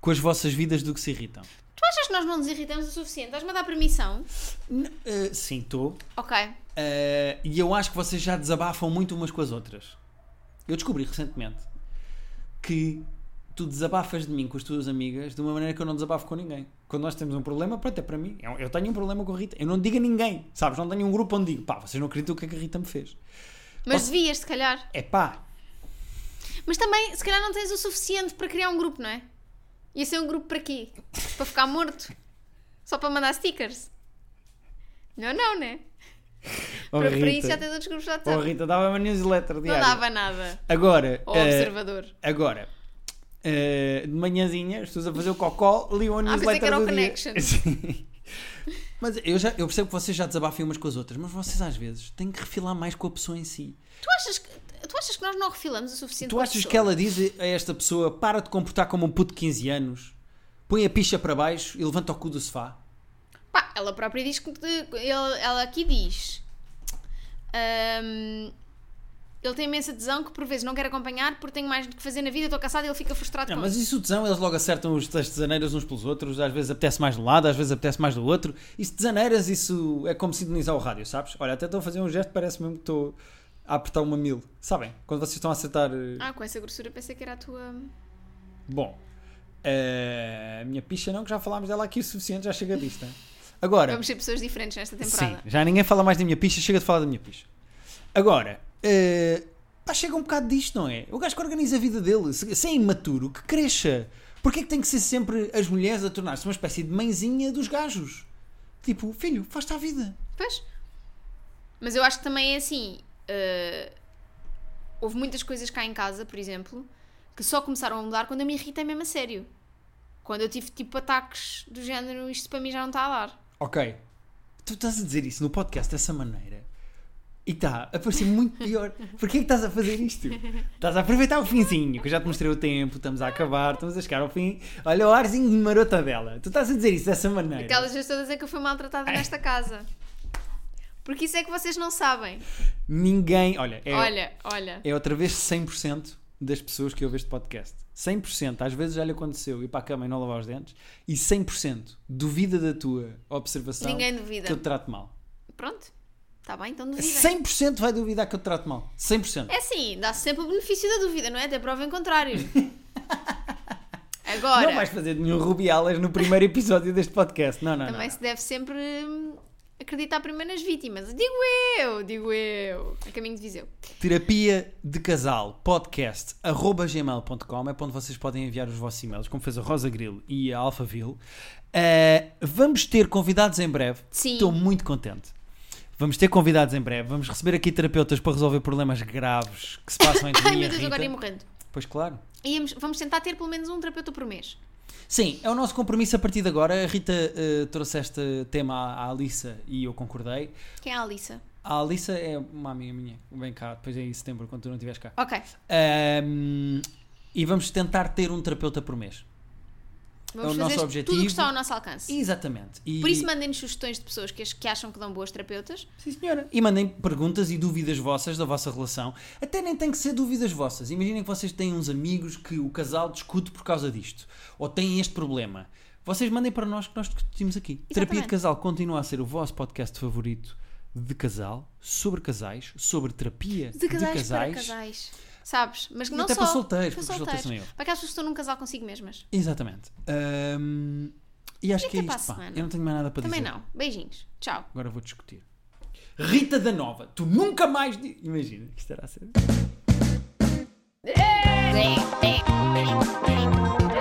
A: com as vossas vidas do que se irritam.
B: Tu achas que nós não nos irritamos o suficiente? Estás-me a dar permissão?
A: N- eh, sim, estou.
B: Ok.
A: Eh, e eu acho que vocês já desabafam muito umas com as outras. Eu descobri recentemente que tu desabafas de mim com as tuas amigas de uma maneira que eu não desabafo com ninguém. Quando nós temos um problema, pronto, é para mim. Eu, eu tenho um problema com a Rita. Eu não digo a ninguém, sabes? Não tenho um grupo onde digo, pá, vocês não acreditam o que é que a Rita me fez.
B: Mas
A: Posso-
B: devias, se calhar.
A: É pá,
B: Mas também, se calhar não tens o suficiente para criar um grupo, não é? Ia ser um grupo para quê? Para ficar morto? Só para mandar stickers? Não, não, né?
A: oh,
B: para, para isso
A: Rita.
B: já tens outros grupos de
A: Oh,
B: WhatsApp.
A: Rita, dava uma newsletter
B: não
A: diária.
B: dava nada.
A: Agora,
B: Ou
A: eh,
B: observador.
A: agora eh, de manhãzinha, estou a fazer o cocó, li uma
B: Ah, pensei
A: newsletter
B: que era o
A: do dia.
B: Connection.
A: Sim. Mas eu, já, eu percebo que vocês já desabafem umas com as outras, mas vocês às vezes têm que refilar mais com a pessoa em si.
B: Tu achas, que, tu achas que nós não refilamos o suficiente
A: Tu
B: com a
A: achas
B: pessoa?
A: que ela diz a esta pessoa para de comportar como um puto de 15 anos, põe a picha para baixo e levanta o cu do sofá?
B: Pá, ela própria diz que. ele- ela aqui diz. "Ahm, ele tem imensa tesão que por vezes não quer acompanhar porque tenho mais do que fazer na vida, estou cansada e ele fica frustrado
A: Não,
B: com
A: É, mas
B: isso.
A: isso tesão, eles logo acertam os as desaneiras uns pelos outros, às vezes apetece mais de um lado, às vezes apetece mais do outro. Isso desaneiras, isso é como sintonizar o rádio, sabes? Olha, até estou a fazer um gesto, parece mesmo que estou a apertar uma mil. Sabem? Quando vocês estão a acertar. eh,
B: Ah, com essa grossura pensei que era a tua.
A: Bom, eh, a minha picha não, que já falámos dela aqui o suficiente, já chega disto. hein? Agora,
B: Vamos ser pessoas diferentes nesta
A: Tá. sim,
B: temporada.
A: já ninguém fala mais da minha picha, chega de falar da minha picha. Agora, eh, pá, chega um bocado disto, não é? O gajo que organiza a vida dele, se, se é imaturo, que cresça. Porquê é que tem que ser sempre as mulheres a tornar-se uma espécie de mãezinha dos gajos? Tipo, filho, faz-te a vida.
B: Pois. Mas eu acho que também é assim. eh, houve muitas coisas cá em casa, por exemplo, que só começaram a mudar quando eu me irritei mesmo a sério. Quando eu tive tipo ataques do género, isto para mim já não está a dar.
A: Ok. Tu estás a dizer isso no podcast dessa maneira e está a parecer muito pior. Porquê é que estás a fazer isto? Estás a aproveitar o finzinho, que eu já te mostrei o tempo, estamos a acabar, estamos a chegar ao fim. Olha o arzinho de marota dela. Tu estás a dizer isso dessa maneira.
B: Aquelas pessoas todas é que eu fui maltratada nesta casa. Porque isso é que vocês não sabem.
A: Ninguém. Olha, é,
B: Olha, olha.
A: é outra vez 100% das pessoas que ouvem este podcast. 100%. Às vezes já lhe aconteceu ir para a cama e não lavar os dentes. E 100% duvida da tua observação
B: Ninguém duvida.
A: que eu te trato mal.
B: Pronto. Está bem, então duvidem.
A: 100% vai duvidar que eu te trato mal. 100%.
B: É assim, dá-se sempre o benefício da dúvida, não é? Até prova em contrário.
A: Ah,
B: Agora,
A: Não vais fazer nenhum Rubiales no primeiro episódio deste podcast. Não, não,
B: também
A: não.
B: se deve sempre hum, acreditar primeiro nas vítimas. Digo eu, digo eu. A caminho de Viseu.
A: Terapia de Casal podcast arroba gmail.com é para onde vocês podem enviar os vossos e-mails, como fez a Rosa Grilo e a Alphaville. Uh, vamos ter convidados em breve.
B: Sim.
A: Estou muito contente. Vamos ter convidados em breve. Vamos receber aqui terapeutas para resolver problemas graves que se passam entre
B: Ai
A: mim e
B: meu
A: a
B: Deus,
A: Rita.
B: agora ia morrendo.
A: Pois claro.
B: Íamos- vamos tentar ter pelo menos um terapeuta por mês.
A: Sim, é o nosso compromisso a partir de agora. A Rita eh, trouxe este tema à, à Alissa e eu concordei.
B: Quem é a Alissa?
A: A Alissa é uma amiga minha. Vem cá, depois é em setembro, quando tu não estiveres cá.
B: Ok,
A: Ahm, e vamos tentar ter um terapeuta por mês.
B: vamos
A: o
B: fazer
A: nosso
B: isto-
A: objetivo.
B: tudo o que está ao nosso alcance.
A: Exatamente. E,
B: Por isso mandem-nos sugestões de pessoas que, ach- que acham que dão boas terapeutas.
A: Sim, senhora. E mandem perguntas e dúvidas vossas da vossa relação. Até nem tem que ser dúvidas vossas. Imaginem que vocês têm uns amigos que o casal discute por causa disto. Ou têm este problema. Vocês mandem para nós que nós discutimos aqui. Terapia de Casal continua a ser o vosso podcast favorito de casal, sobre casais, sobre terapia
B: De casais, para casais. Sabes? Mas
A: E
B: não
A: até
B: só.
A: para solteiros, porque os solteiros são eu.
B: Para aquelas pessoas que estão num casal consigo mesmas.
A: Exatamente. Ahm, e acho
B: O
A: que
B: que
A: é
B: é que é para
A: isto,
B: a
A: pá.
B: semana?
A: Eu não tenho mais nada para
B: Também
A: dizer.
B: não. Beijinhos. Tchau.
A: Agora vou discutir. Rita da Nova, tu nunca mais. di- Imagina que estará a ser.
B: Bang, bang, bang, bang, bang.